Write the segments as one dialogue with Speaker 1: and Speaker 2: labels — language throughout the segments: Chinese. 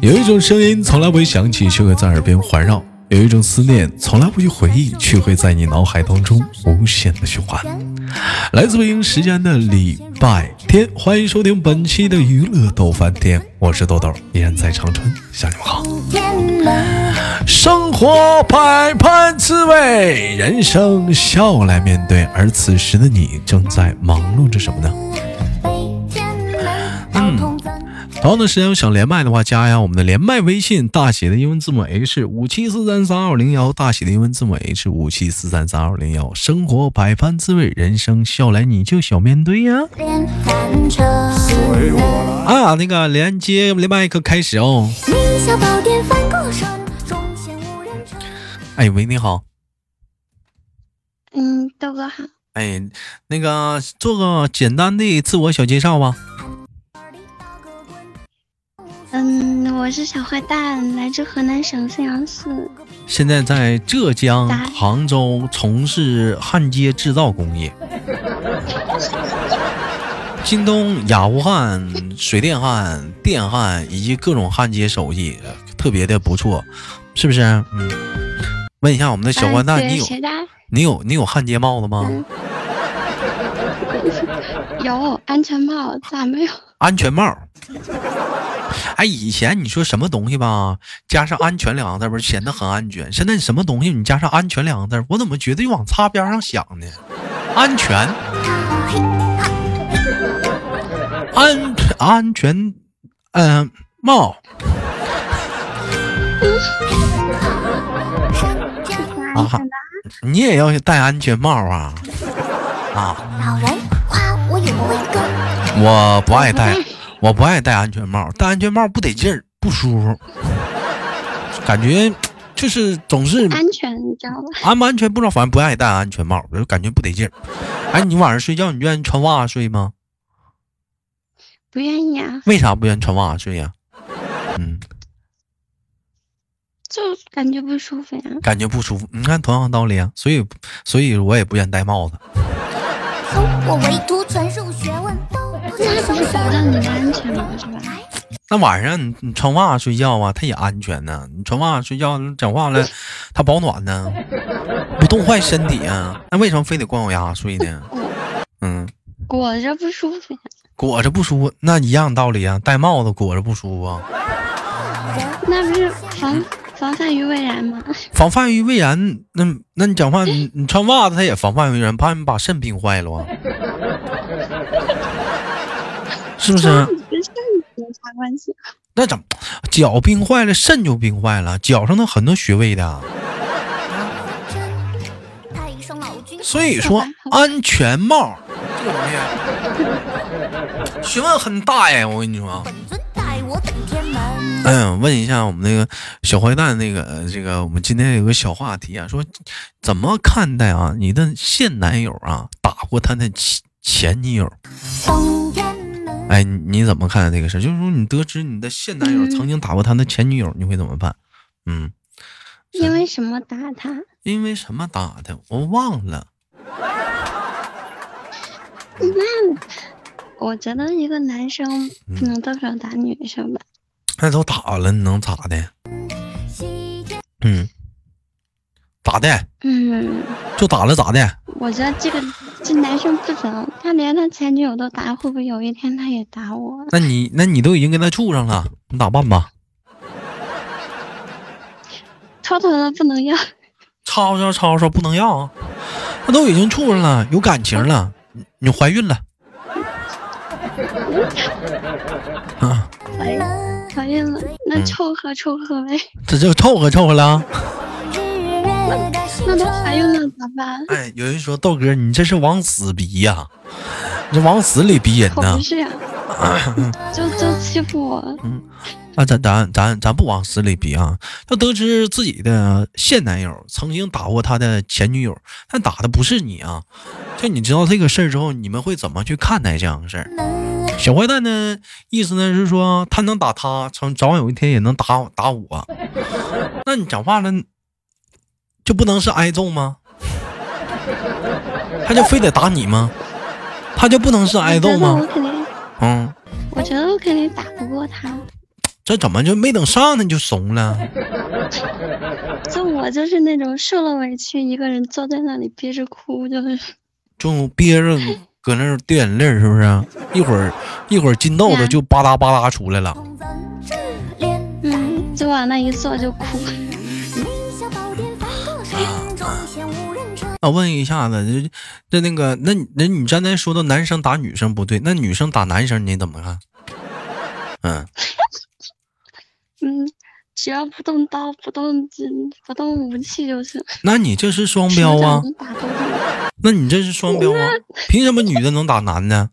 Speaker 1: 有一种声音从来不会响起，却会在耳边环绕；有一种思念从来不去回忆，却会在你脑海当中无限的循环。来自北京时间的礼拜天，欢迎收听本期的娱乐豆翻天，我是豆豆，依然在长春，向你们好。生活百般滋味，人生笑来面对。而此时的你正在忙碌着什么呢？同样的时间，想连麦的话，加一下我们的连麦微信，大写的英文字母 H 五七四三三二零幺，大写的英文字母 H 五七四三三二零幺。生活百般滋味，人生笑来你就笑面对呀、啊！那个连接连麦可开始哦。哎喂，你好，
Speaker 2: 嗯，豆哥好，
Speaker 1: 哎，那个做个简单的自我小介绍吧。
Speaker 2: 嗯，我是小坏蛋，来自河南省信阳市。
Speaker 1: 现在在浙江
Speaker 2: 答
Speaker 1: 杭州从事焊接制造工业，精通氩弧焊、水电焊、电焊以及各种焊接手艺，呃特别的不错，是不是？嗯。问一下我们的小坏蛋，
Speaker 2: 嗯
Speaker 1: 你
Speaker 2: 对
Speaker 1: 有
Speaker 2: 谁的？
Speaker 1: 你有你有焊接帽子吗？
Speaker 2: 嗯有安全帽，咋没有？
Speaker 1: 安全帽。哎，以前你说什么东西吧，加上“安全”两个字，不是显得很安全。现在你什么东西，你加上“安全”两个字，我怎么觉得又往擦边上想呢？安全，安安全，嗯、帽，
Speaker 2: 安全的。
Speaker 1: 你也要戴安全帽啊？啊，我不爱戴，我不爱戴安全帽，戴安全帽不得劲儿，不舒服，感觉就是总是
Speaker 2: 安全，你知道吧？
Speaker 1: 安不安全不知道，反正不愿意戴安全帽，我就感觉不得劲儿。哎，你晚上睡觉你愿意穿袜子睡啊吗？
Speaker 2: 不愿意啊，
Speaker 1: 为啥不愿意穿袜子睡呀、嗯，
Speaker 2: 就感觉不舒服呀、
Speaker 1: 感觉不舒服。你看，同样的道理啊，所以所以我也不愿意戴帽子。
Speaker 3: 我唯独传授学问，
Speaker 2: 那不是保障你的安全吗？是吧？
Speaker 1: 那晚上你你穿袜子睡觉啊，它也安全呢、你穿袜子睡觉，讲话了，它保暖呢，不冻坏身体啊。那为什么非得光脚丫睡呢？嗯，
Speaker 2: 裹着不舒服呀、
Speaker 1: 裹着不舒服，那一样道理啊。戴帽子裹着不舒服啊。
Speaker 2: 那不是防防范于未然吗？
Speaker 1: 防范于未然，那那你讲话，你你穿袜子，它也防范于未然，怕你把肾病坏了啊，是不是？
Speaker 2: 你跟上有啥关系？
Speaker 1: 那怎么脚病坏了，肾就病坏了，脚上的很多穴位的，啊所以说安全帽这个东西学问很大呀，我跟你说。嗯，问一下我们那个小坏蛋，那个呃这个我们今天有个小话题啊，说怎么看待啊你的现男友啊打过他的前前女友？哎，你你怎么看待这个事儿？就是说，你得知你的现男友
Speaker 2: 嗯
Speaker 1: 曾经打过他的前女友，你会怎么办？嗯，
Speaker 2: 因为什么打他？
Speaker 1: 因为什么打的？我忘了。
Speaker 2: 我觉得一个男生
Speaker 1: 嗯
Speaker 2: 不能动手打女生吧，
Speaker 1: 那都打了，你能咋的？嗯，咋的？
Speaker 2: 嗯，
Speaker 1: 就打了，咋的？
Speaker 2: 我觉得这个这男生不行，他连他前女友都打，会不会有一天他也打我？
Speaker 1: 那你那你都已经跟他处上了，你咋办吧？
Speaker 2: 偷偷的不能要，
Speaker 1: 吵吵吵吵不能要啊！那都已经处上了，有感情了，你你怀孕了啊？
Speaker 2: 怀孕了，那
Speaker 1: 嗯
Speaker 2: 凑合凑合呗。
Speaker 1: 这就凑合凑合了啊。
Speaker 2: 那都怀孕了咋办？
Speaker 1: 哎，有人说豆哥，你这是往死逼呀、你这往死里逼人
Speaker 2: 我
Speaker 1: 呐
Speaker 2: 不！是呀、就就欺负我，
Speaker 1: 啊，咱咱咱咱不往死里逼啊！要得知自己的现男友曾经打过他的前女友，但打的不是你啊！就你知道这个事儿之后，你们会怎么去看待这样的事儿？小坏蛋呢，意思呢是说他能打他，从早晚有一天也能打我打我。那你讲话了，就不能是挨揍吗？他就非得打你吗？他就不能是挨揍
Speaker 2: 我觉得
Speaker 1: 吗
Speaker 2: 我？肯定，
Speaker 1: 嗯，
Speaker 2: 我觉得我肯定打不过他。
Speaker 1: 这怎么就没等上呢你就怂了？
Speaker 2: 就我就是那种受了委屈，一个人坐在那里憋着哭，就是
Speaker 1: 就憋 着搁那儿掉眼泪儿，是不是？一会儿一会儿金豆
Speaker 2: 对
Speaker 1: 子
Speaker 2: 啊
Speaker 1: 就吧嗒吧嗒出来了。
Speaker 4: 同咱志连
Speaker 2: 嗯，就往那一坐就哭。
Speaker 4: 名校宝典翻多少眼中险无人传。
Speaker 1: 那我问一下子，这这那个，那你那你刚才说到男生打女生不对，那女生打男生你怎么看？嗯，
Speaker 2: 嗯，只要不动刀，不动针，不动武器就是。
Speaker 1: 那你这是双
Speaker 2: 手
Speaker 1: 标啊
Speaker 2: 掌？能打多少？
Speaker 1: 那你这是双标啊？凭什么女的能打男的？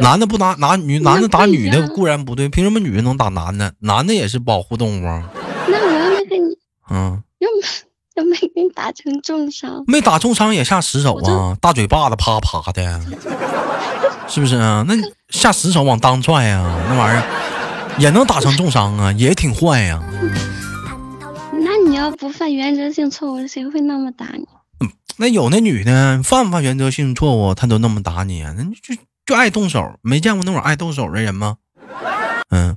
Speaker 1: 男的不打男女，男的打女
Speaker 2: 那不一
Speaker 1: 的
Speaker 2: 样
Speaker 1: 固然不对，凭什么女的能打男的？男的也是保护动物啊，
Speaker 2: 那我又没给你，
Speaker 1: 嗯，
Speaker 2: 又没又没给你打成重伤。
Speaker 1: 没打重伤也下死手啊，大嘴巴子啪啪的， 是不是啊？那下死手往裆踹呀、啊，那玩意儿也能打成重伤啊，也挺坏呀、
Speaker 4: 蟠桃儿
Speaker 2: 那你要不犯原则性错误，谁会那么打你？
Speaker 1: 那有那女的犯不犯原则性错误，她都那么打你啊？那你就就爱动手，没见过那种爱动手的人吗？嗯，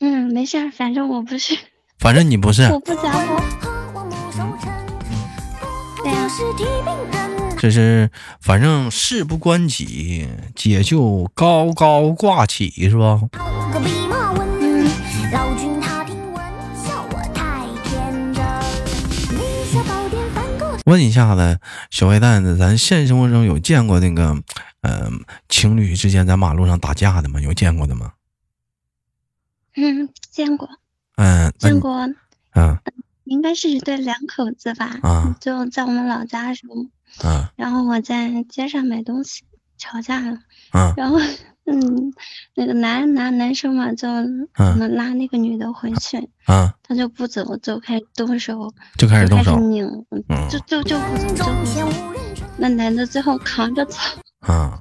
Speaker 2: 嗯，没事儿，反正我不是，
Speaker 1: 反正你不是
Speaker 2: 我，不咋
Speaker 4: 我
Speaker 2: 火。
Speaker 4: 和我母手缠，
Speaker 2: 对啊
Speaker 4: 就是提病人。
Speaker 1: 这是反正事不关己，姐就高高挂起是吧？
Speaker 4: 好个弼马温，老君他听闻，笑我太天真。名校宝典翻多少
Speaker 1: 问一下子，小坏蛋子，咱现实生活中有见过那个，嗯、情侣之间在马路上打架的吗？有见过的吗？
Speaker 2: 嗯，见过，
Speaker 1: 嗯、那
Speaker 2: 见
Speaker 1: 你
Speaker 2: 过，
Speaker 1: 嗯
Speaker 2: 应该是一对两口子吧。
Speaker 1: 啊
Speaker 2: 就在我们老家的时候，
Speaker 1: 啊
Speaker 2: 然后我在街上买东西吵架了，
Speaker 1: 啊
Speaker 2: 然后嗯，那个男男男生嘛，就
Speaker 1: 嗯
Speaker 2: 可能拉那个女的回去，
Speaker 1: 啊，
Speaker 2: 他就不走，就开始动手，
Speaker 1: 就开始
Speaker 2: 就
Speaker 1: 动手
Speaker 2: 拧，
Speaker 1: 嗯
Speaker 2: 就就就不走，
Speaker 4: 人
Speaker 2: 就
Speaker 4: 中
Speaker 2: 不
Speaker 4: 险
Speaker 2: 走。
Speaker 4: 无人传。
Speaker 2: 那男的最后扛着走，
Speaker 1: 啊。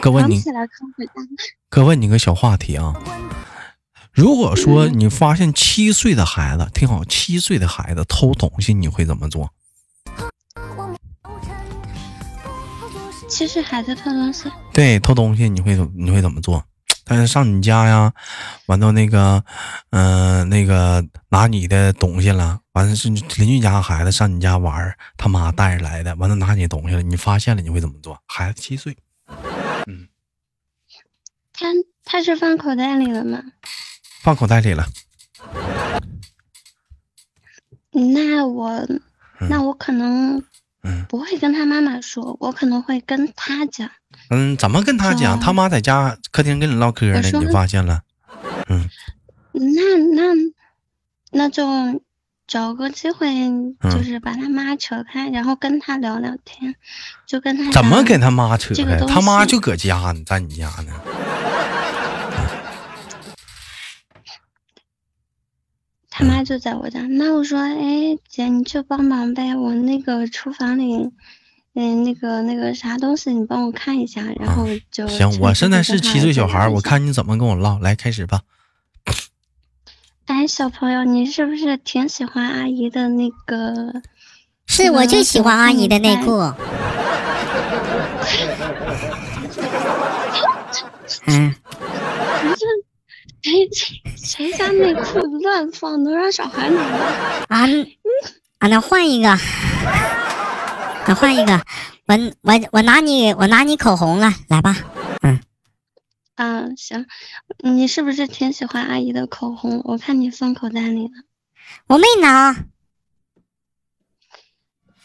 Speaker 1: 哥问
Speaker 2: 扛
Speaker 1: 你，
Speaker 2: 起来扛回家。
Speaker 1: 哥问你个小话题啊，如果说你发现七岁的孩子，听好，七岁的孩子偷东西，你会怎么做？
Speaker 4: 我母手缠，就是
Speaker 2: 其实孩子偷东西，
Speaker 1: 对，偷东西你会怎你会怎么做？他上你家呀，完到那个，嗯、那个拿你的东西了，完了是你邻居家孩子上你家玩儿，他妈带着来的，完了拿你东西了，你发现了你会怎么做？孩子七岁，
Speaker 2: 他他是放口袋里了吗？
Speaker 1: 放口袋里了，
Speaker 2: 那我那我可能
Speaker 1: 嗯
Speaker 2: 不会跟他妈妈说，我可能会跟他讲。
Speaker 1: 嗯，怎么跟他讲？
Speaker 2: 哦
Speaker 1: 他妈在家客厅跟你唠嗑
Speaker 2: 我
Speaker 1: 呢，
Speaker 2: 说嗯
Speaker 1: 你就发现了，
Speaker 2: 那那那就找个机会，
Speaker 1: 嗯
Speaker 2: 就是把他妈扯开，然后跟他聊聊天，就跟他
Speaker 1: 怎么
Speaker 2: 聊
Speaker 1: 给他妈扯
Speaker 2: 这个
Speaker 1: 开？
Speaker 2: 东
Speaker 1: 他妈
Speaker 2: 西哦
Speaker 1: 就搁家呢，在你家呢。
Speaker 2: 他
Speaker 1: 嗯
Speaker 2: 妈就在我家。那我说，哎，姐，你去帮忙呗，我那个厨房里。嗯，那个那个啥东西，你帮我看一下，然后就
Speaker 1: 啊行，我现在是七岁小孩儿，我
Speaker 2: 看。
Speaker 1: 看你怎么跟我唠。来，开始吧。
Speaker 2: 哎，小朋友，你是不是挺喜欢阿姨的那个？
Speaker 3: 是我就喜欢阿姨的内裤。嗯，
Speaker 2: 还是谁谁家内裤乱放，能让小孩拿吗？
Speaker 3: 啊啊，那换一个，那换一个，我我我拿你我拿你口红了，来吧。
Speaker 2: 啊，行，你是不是挺喜欢阿姨的口红？我看你放口袋里了，
Speaker 3: 我没拿，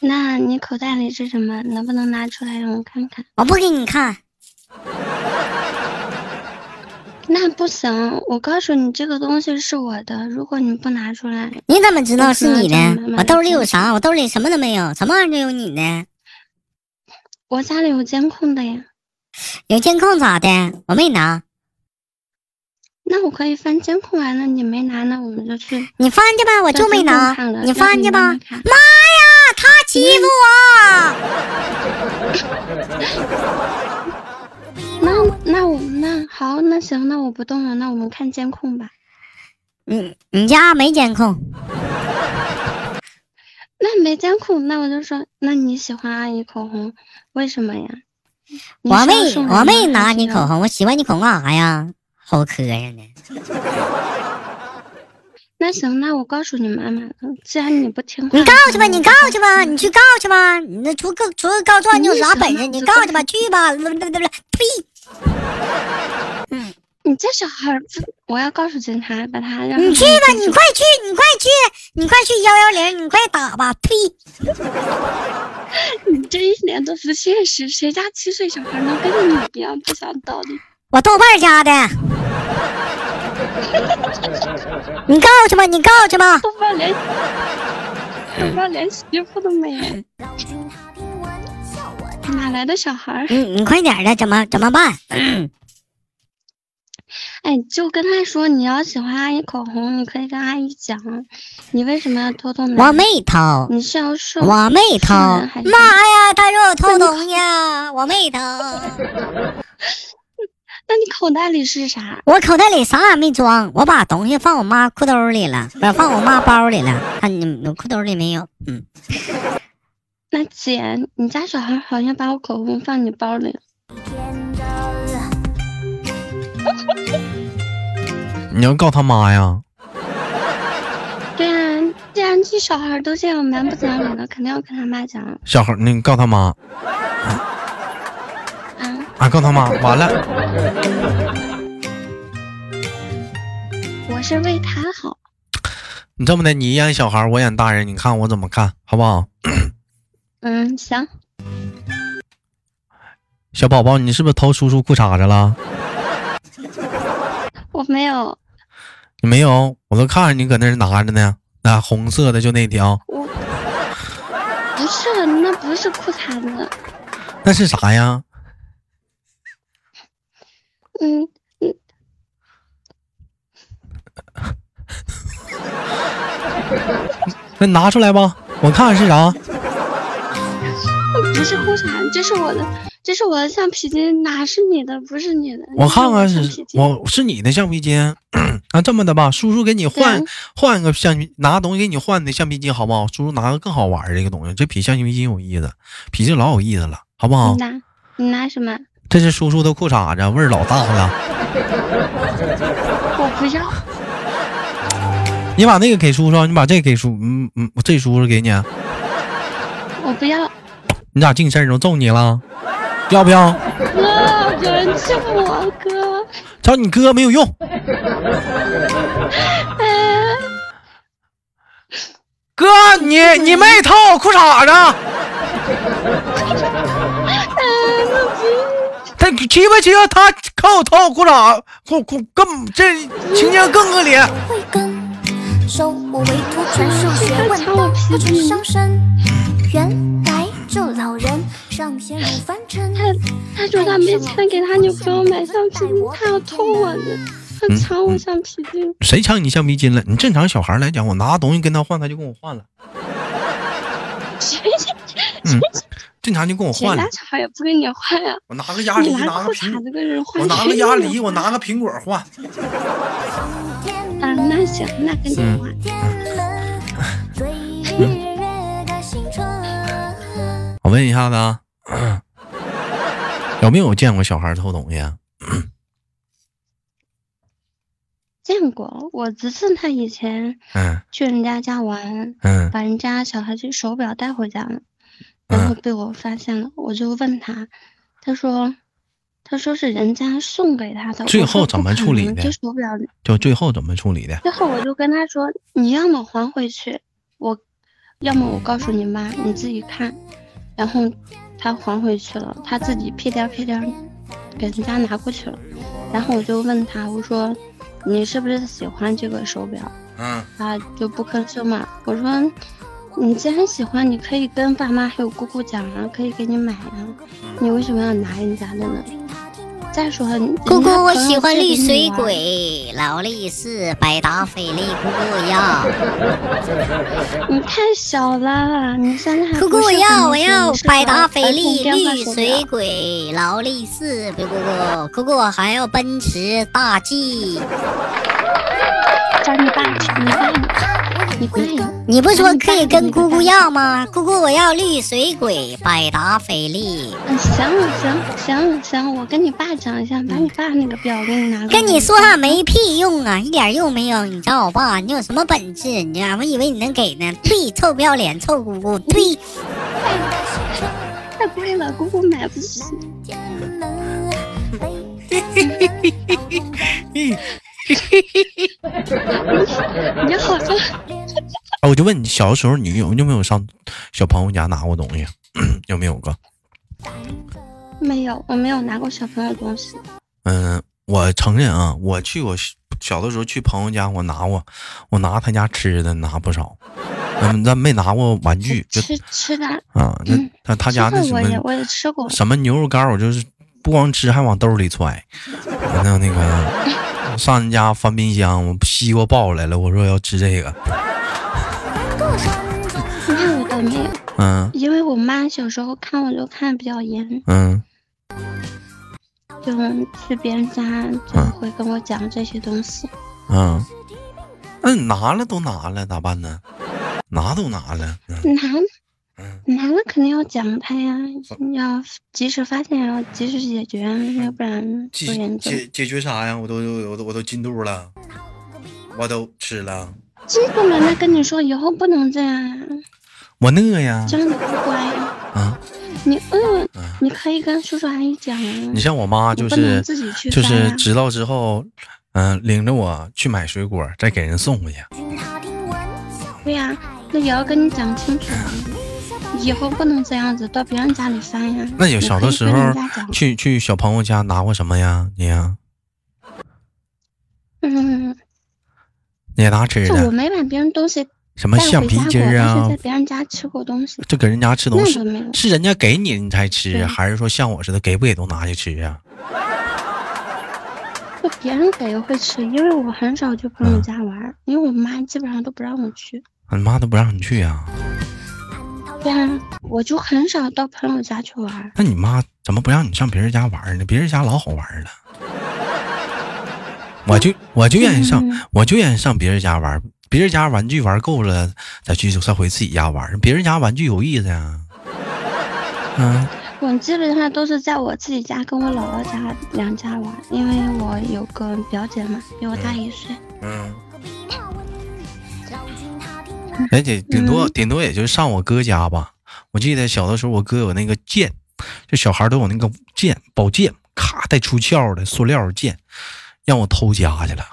Speaker 2: 那你口袋里是什么？能不能拿出来让我看看？
Speaker 3: 我不给你看。
Speaker 2: 那不行，我告诉你，这个东西是我的，如果你不拿出来，
Speaker 3: 你怎么知道是你的
Speaker 2: 我知道妈？妈
Speaker 3: 我兜里有啥？我兜里什么都没有，什么玩意儿都有你的。
Speaker 2: 我家里有监控的呀。
Speaker 3: 有监控咋的？我没拿，
Speaker 2: 那我可以翻监控完了，你没拿，那我们就去
Speaker 3: 你翻去吧，我
Speaker 2: 我
Speaker 3: 就没拿。你翻去吧。妈呀，
Speaker 2: 看
Speaker 3: 他欺负我！
Speaker 2: 那那我那好，那行，那我不动了，那我们看监控吧。
Speaker 3: 你你家没监控？
Speaker 2: 那没监控，那我就说，那你喜欢阿姨口红，为什么呀？你
Speaker 3: 我
Speaker 2: 是要
Speaker 3: 没
Speaker 2: 送人
Speaker 3: 我没
Speaker 2: 吗
Speaker 3: 拿你口，红，我喜欢你口红干啥呀？后磕碜呢。
Speaker 2: 那行，那我告诉你妈妈了。既然你不听话，
Speaker 3: 你告去吧，你告去吧，你去告去吧，你那除个除个告状你有啥本事？你告去吧，去吧，不不不不，呸！
Speaker 2: 你这小孩儿，我要告诉警察，把他让
Speaker 3: 你
Speaker 2: 他
Speaker 3: 去
Speaker 2: 们
Speaker 3: 吧，
Speaker 2: 带
Speaker 3: 你
Speaker 2: 走
Speaker 3: 快去，你快去，你快去幺幺零，你快打吧，呸！
Speaker 2: 你这一点都不现实，谁家七岁小孩能跟你一样不讲道理？
Speaker 3: 我豆瓣儿家的。你告去吧，你告去吧。
Speaker 2: 豆瓣连豆瓣连媳妇都没有，
Speaker 4: 老君他听闻，笑我太
Speaker 2: 哪来的小孩儿？
Speaker 3: 嗯，你快点儿的，怎么怎么办？
Speaker 2: 哎，就跟他说，你要喜欢阿姨口红，你可以跟阿姨讲，你为什么要偷偷拿？
Speaker 3: 我没偷，
Speaker 2: 你是要说
Speaker 3: 我没偷。
Speaker 2: 嗯是还是
Speaker 3: 妈呀，他说我偷东西啊，我没偷，
Speaker 2: 那你口袋里是啥？
Speaker 3: 我口袋里啥也没装，我把东西放我妈裤兜里了，不是放我妈包里了。看你我裤兜里没有，嗯，
Speaker 2: 那姐，你家小孩好像把我口红放你包里了。
Speaker 4: 天真。
Speaker 1: 你要告他妈呀？
Speaker 2: 对啊，既然这小孩都这样蛮不讲理了，肯定要跟他妈讲
Speaker 1: 小孩儿，你告他妈
Speaker 2: 啊！
Speaker 1: 啊！告他妈，完了，
Speaker 2: 我是为他好，
Speaker 1: 你这么的，你演小孩儿，我演大人，你看我怎么看好不好？
Speaker 2: 嗯，行，
Speaker 1: 小宝宝，你是不是偷叔叔裤衩子了？
Speaker 2: 我没有，
Speaker 1: 你没有，我都看着你搁那儿拿着呢，那、红色的就那条，
Speaker 2: 我不是，那不是裤衩子，
Speaker 1: 那是啥呀？
Speaker 2: 嗯，
Speaker 1: 那拿出来吧，我看看是啥。
Speaker 2: 不是裤衩，这是我的，这是我的橡皮筋，哪是你的？不是你的，
Speaker 1: 我看看
Speaker 2: 橡
Speaker 1: 是
Speaker 2: 皮，筋。
Speaker 1: 我是你的橡皮筋。 那这么的吧，叔叔给你换
Speaker 2: 对
Speaker 1: 换个橡皮，拿东西给你换的橡皮筋好不好？叔叔拿个更好玩儿的一个东西，这比橡皮筋有意思，比这老有意思了，好不好
Speaker 2: 你？拿，你拿什么？
Speaker 1: 这是叔叔的裤衩子，味儿老大了。
Speaker 2: 我不要，
Speaker 1: 你把那个给叔叔，你把这个给叔，嗯嗯，这叔叔给你，
Speaker 2: 我不要，
Speaker 1: 你咋净事儿都揍你了？要不要？
Speaker 2: 哥，啊有人欺负我，哥，
Speaker 1: 找你哥没有用。哥，你你没偷我裤衩子？他欺不欺负他看我偷我裤衩，裤裤更这情节更恶劣。
Speaker 4: 慧根，收我为徒，传授学问，不知伤身。原来这老人尚陷入凡尘。
Speaker 2: 他说他没钱给他女朋友买橡皮筋，他要偷我的，
Speaker 1: 嗯
Speaker 2: 他抢我橡皮筋，
Speaker 1: 谁抢你橡皮筋了？你正常小孩来讲，我拿东西跟他换，他就跟我换了。
Speaker 2: 谁
Speaker 1: 嗯，正常就跟我
Speaker 2: 谁
Speaker 1: 换了
Speaker 2: 家。小孩也不跟你换呀、
Speaker 1: 我拿个鸭梨，
Speaker 2: 你拿
Speaker 1: 拿个
Speaker 2: 裤
Speaker 1: 苹
Speaker 2: 衩
Speaker 1: 果，
Speaker 2: 子跟人换，
Speaker 1: 我拿个
Speaker 2: 谁啊
Speaker 1: 鸭
Speaker 2: 跟你
Speaker 1: 梨，我
Speaker 2: 换
Speaker 1: 拿个苹果换。
Speaker 2: 啊，那行，那跟你
Speaker 1: 嗯
Speaker 2: 换。
Speaker 1: 我问一下子啊，有没有见过小孩偷东西啊？
Speaker 2: 见过，我侄子他以前
Speaker 1: 嗯
Speaker 2: 去人家家玩，
Speaker 1: 嗯
Speaker 2: 把人家小孩子手表带回家了，然后被我发现了，我就问他，他说，他说是人家送给他的。
Speaker 1: 最
Speaker 2: 我说
Speaker 1: 后怎
Speaker 2: 不
Speaker 1: 么
Speaker 2: 可
Speaker 1: 处理
Speaker 2: 能
Speaker 1: 的
Speaker 2: 这手表，，
Speaker 1: 就最后怎么处理的？
Speaker 2: 最后我就跟他说，你要么还回去，我，要么我告诉你妈，你自己看。然后他还回去了，他自己屁颠儿屁颠儿给人家拿过去了。然后我就问他，我说，你是不是喜欢这个手表？
Speaker 1: 嗯
Speaker 2: 他啊就不吭声嘛。我说，你既然喜欢，你可以跟爸妈还有姑姑讲啊，可以给你买啊，你为什么要拿人家的呢？再说了，你
Speaker 3: 姑姑，
Speaker 2: 人家
Speaker 3: 我
Speaker 2: 朋友
Speaker 3: 喜欢
Speaker 2: 借
Speaker 3: 绿
Speaker 2: 给你
Speaker 3: 水
Speaker 2: 玩，
Speaker 3: 鬼，劳力士，百达翡丽，姑姑我要，
Speaker 2: 你太小了，你现在还
Speaker 3: 姑姑
Speaker 2: 不
Speaker 3: 我
Speaker 2: 是
Speaker 3: 要，
Speaker 2: 很
Speaker 3: 我
Speaker 2: 年
Speaker 3: 要
Speaker 2: 轻
Speaker 3: 百达
Speaker 2: 是个
Speaker 3: 翡丽，
Speaker 2: 儿童电话
Speaker 3: 绿
Speaker 2: 手
Speaker 3: 水
Speaker 2: 表
Speaker 3: 鬼，劳力士，姑姑，姑姑我还要奔驰、大 G。
Speaker 2: 叫你爸，你爸。
Speaker 4: 我忍
Speaker 2: 你快点，
Speaker 3: 你不说可以跟姑姑要吗？姑姑，我要绿水鬼，百达翡丽。
Speaker 2: 嗯行行行行，我跟你爸讲一下，把你爸那个表给你拿过来。
Speaker 3: 跟你说话没屁用啊，一点用没有。你找我爸，你有什么本事？你知道我以为你能给呢？对，臭不要脸，臭姑姑，对。
Speaker 2: 太贵了，姑姑买不起。你好像
Speaker 1: 啊，我就问你，小的时候你有有没有上小朋友家拿过东西？啊嗯有没有过？
Speaker 2: 没有，我没有拿过小朋友东西。
Speaker 1: 嗯，我承认啊，我去我小的时候去朋友家，我拿过，我拿他家吃的拿不少，嗯，但没拿过玩具，就
Speaker 2: 吃吃的，
Speaker 1: 啊，那
Speaker 2: 嗯
Speaker 1: 他他
Speaker 2: 吃
Speaker 1: 家那
Speaker 2: 的
Speaker 1: 什
Speaker 2: 我也
Speaker 1: 么
Speaker 2: 我也吃过。
Speaker 1: 什么牛肉干儿，我就是不光吃还往兜里揣，完了那个 上人家翻冰箱，我西瓜抱来了，我说要吃这个，
Speaker 2: 那我倒没有，
Speaker 1: 嗯
Speaker 2: 因为我妈小时候看我就看得比较严，
Speaker 1: 嗯
Speaker 2: 就去别人家就
Speaker 1: 嗯
Speaker 2: 会跟我讲这些东西。
Speaker 1: 嗯，那、你拿了都拿了，咋办呢？拿都拿了，嗯
Speaker 2: 拿了
Speaker 1: 嗯，
Speaker 2: 拿了肯定要讲他呀，要及时发现，要及时解决，啊
Speaker 1: 嗯
Speaker 2: 要不然不然就
Speaker 1: 解决啥呀？我都我都我都进肚了，我都吃了，
Speaker 2: 激动了。那跟你说以后不能这样呀，
Speaker 1: 嗯我饿呀，
Speaker 2: 这样你不乖呀。
Speaker 1: 啊，
Speaker 2: 你饿
Speaker 1: 嗯，
Speaker 2: 你可以跟叔叔阿姨讲啊。
Speaker 1: 你像我妈
Speaker 2: 你
Speaker 1: 就
Speaker 2: 不能
Speaker 1: 是
Speaker 2: 自己去
Speaker 1: 就
Speaker 2: 翻
Speaker 1: 是
Speaker 2: 呀
Speaker 1: 知道之后，嗯、领着我去买水果，再给人送回去。
Speaker 2: 对呀、那也要跟你讲清楚啊，以后不能这样子到别人家里翻呀。
Speaker 1: 那有
Speaker 2: 你
Speaker 1: 小
Speaker 2: 可
Speaker 1: 的
Speaker 2: 以
Speaker 1: 时
Speaker 2: 跟
Speaker 1: 候
Speaker 2: 人家讲
Speaker 1: 去去小朋友家拿过什么呀？你呀，
Speaker 2: 嗯，
Speaker 1: 你也拿吃
Speaker 2: 就我
Speaker 1: 的，
Speaker 2: 没把别人东西
Speaker 1: 什么
Speaker 2: 带
Speaker 1: 橡
Speaker 2: 回
Speaker 1: 皮
Speaker 2: 家
Speaker 1: 筋儿
Speaker 2: 过，还
Speaker 1: 啊
Speaker 2: 是在，别人家吃过东西，
Speaker 1: 这搁人家吃东
Speaker 2: 那
Speaker 1: 西
Speaker 2: 个没有。
Speaker 1: 是人家给你你才吃，啊
Speaker 2: 对
Speaker 1: 还是说像我似的给不给都拿去吃啊呀？
Speaker 2: 就别人给会吃，因为我很少去朋友
Speaker 1: 嗯
Speaker 2: 家玩，因为我妈基本上都不让我去。
Speaker 1: 你妈都不让你去啊呀？
Speaker 2: 对啊，我就很少到朋友家去玩。
Speaker 1: 那你妈怎么不让你上别人家玩呢？别人家老好 玩了。我就我就愿意上，
Speaker 2: 嗯
Speaker 1: 我就愿意上别人家玩，别人家玩具玩够了，再去再回自己家玩。别人家玩具有意思呀。嗯，
Speaker 2: 我基本上都是在我自己家跟我姥姥家两家玩，因为我有个表姐嘛，比我大一岁。
Speaker 1: 嗯，而且顶多、
Speaker 2: 嗯
Speaker 1: 顶多也就上我哥家吧。我记得小的时候，我哥有那个剑，就小孩都有那个剑，宝剑，咔带出鞘的塑料剑，让我偷家去了。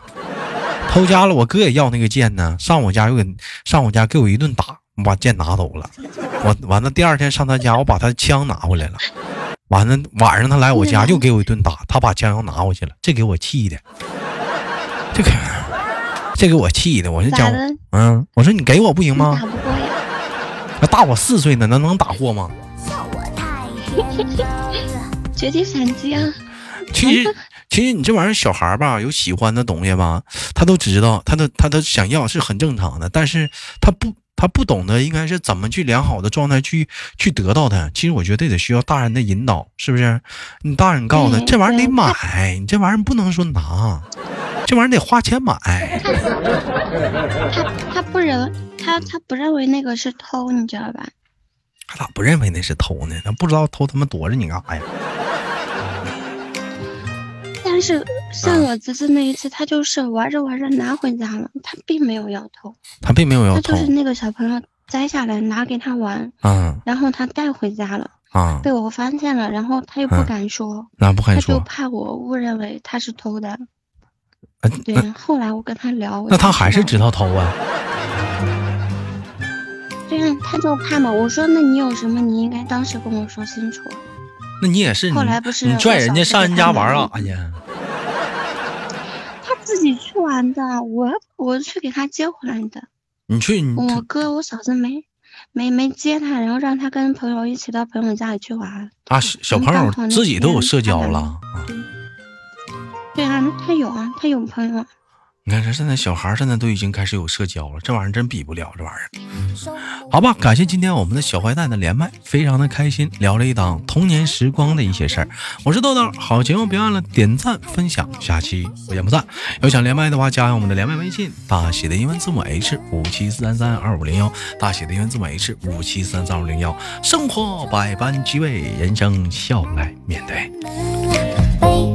Speaker 1: 偷家了，我哥也要那个剑呢，上我家又给上我家给我一顿打，我把剑拿走了。我完了，第二天上他家，我把他枪拿回来了。完了，晚上他来我家
Speaker 2: 嗯
Speaker 1: 又给我一顿打，他把枪又拿回去了，这给我气的，这给这给我气的，我是
Speaker 2: 咋
Speaker 1: 讲，
Speaker 2: 的？
Speaker 1: 嗯，我说你给我不行
Speaker 2: 你
Speaker 1: 吗
Speaker 2: 打？不过呀？
Speaker 1: 那大我四岁呢，能能打货吗？
Speaker 2: 绝地反击啊！
Speaker 1: 其实，其实你这玩意儿小孩儿吧，有喜欢的东西吧，他都知道，他都他都想要是很正常的，但是他不他不懂得应该是怎么去良好的状态去去得到它。其实我觉得得需要大人的引导，是不是？你大人告诉他，
Speaker 2: 嗯
Speaker 1: 这玩意儿得
Speaker 2: 对
Speaker 1: 买，你这玩意儿不能说拿，这玩意儿得花钱买。嗯
Speaker 2: 他他不认，他他不认为那个是偷，你知道吧？
Speaker 1: 他咋不认为那是偷呢？他不知道偷他妈躲着你干啥呀？
Speaker 2: 但是像我侄子那一次，他就是玩着玩着拿回家了，他并没有要偷，
Speaker 1: 他并没有要
Speaker 2: 他
Speaker 1: 偷
Speaker 2: 就是那个小朋友摘下来拿给他玩，
Speaker 1: 啊
Speaker 2: 然后他带回家了，
Speaker 1: 啊，
Speaker 2: 被我发现了，然后他又不
Speaker 1: 嗯
Speaker 2: 敢说，
Speaker 1: 那不
Speaker 2: 他
Speaker 1: 敢
Speaker 2: 就
Speaker 1: 说。
Speaker 2: 怕我误认为他是偷的。
Speaker 1: 呃
Speaker 2: 对
Speaker 1: 那，
Speaker 2: 后来我跟他聊，我
Speaker 1: 那
Speaker 2: 才
Speaker 1: 他还是
Speaker 2: 知
Speaker 1: 知道偷啊。
Speaker 2: 道对呀，他就怕嘛。我说那你有什么，你应该当时跟我说清楚。
Speaker 1: 那你也是，
Speaker 2: 后
Speaker 1: 你
Speaker 2: 来不是
Speaker 1: 你拽人家
Speaker 2: 我小时候
Speaker 1: 上人家玩儿啊哎干啥
Speaker 2: 看
Speaker 1: 去？
Speaker 2: 他自己去玩的，我我去给他接回来的。
Speaker 1: 你去你
Speaker 2: 我哥我嫂子没没没接他，然后让他跟朋友一起到朋友家里去玩。
Speaker 1: 啊，小小
Speaker 2: 你
Speaker 1: 朋
Speaker 2: 干
Speaker 1: 友
Speaker 2: 活那
Speaker 1: 自己都有
Speaker 2: 天
Speaker 1: 社交
Speaker 2: 干嘛
Speaker 1: 了啊，
Speaker 2: 对啊，他有啊，他有朋友啊，
Speaker 1: 你看，这现在小孩儿现在都已经开始有社交了，这玩意儿真比不了这玩意儿。好吧，感谢今天我们的小坏蛋的连麦，非常的开心，聊了一档童年时光的一些事儿。我是豆豆，好节目别忘了点赞分享，下期不见不散。有想连麦的话，加上我们的连麦微信，大写的英文字母 H 五七三三二五零幺，大写的英文字母 H 五七三三二五零幺。生活百般滋味，人生笑来面对。
Speaker 4: 悲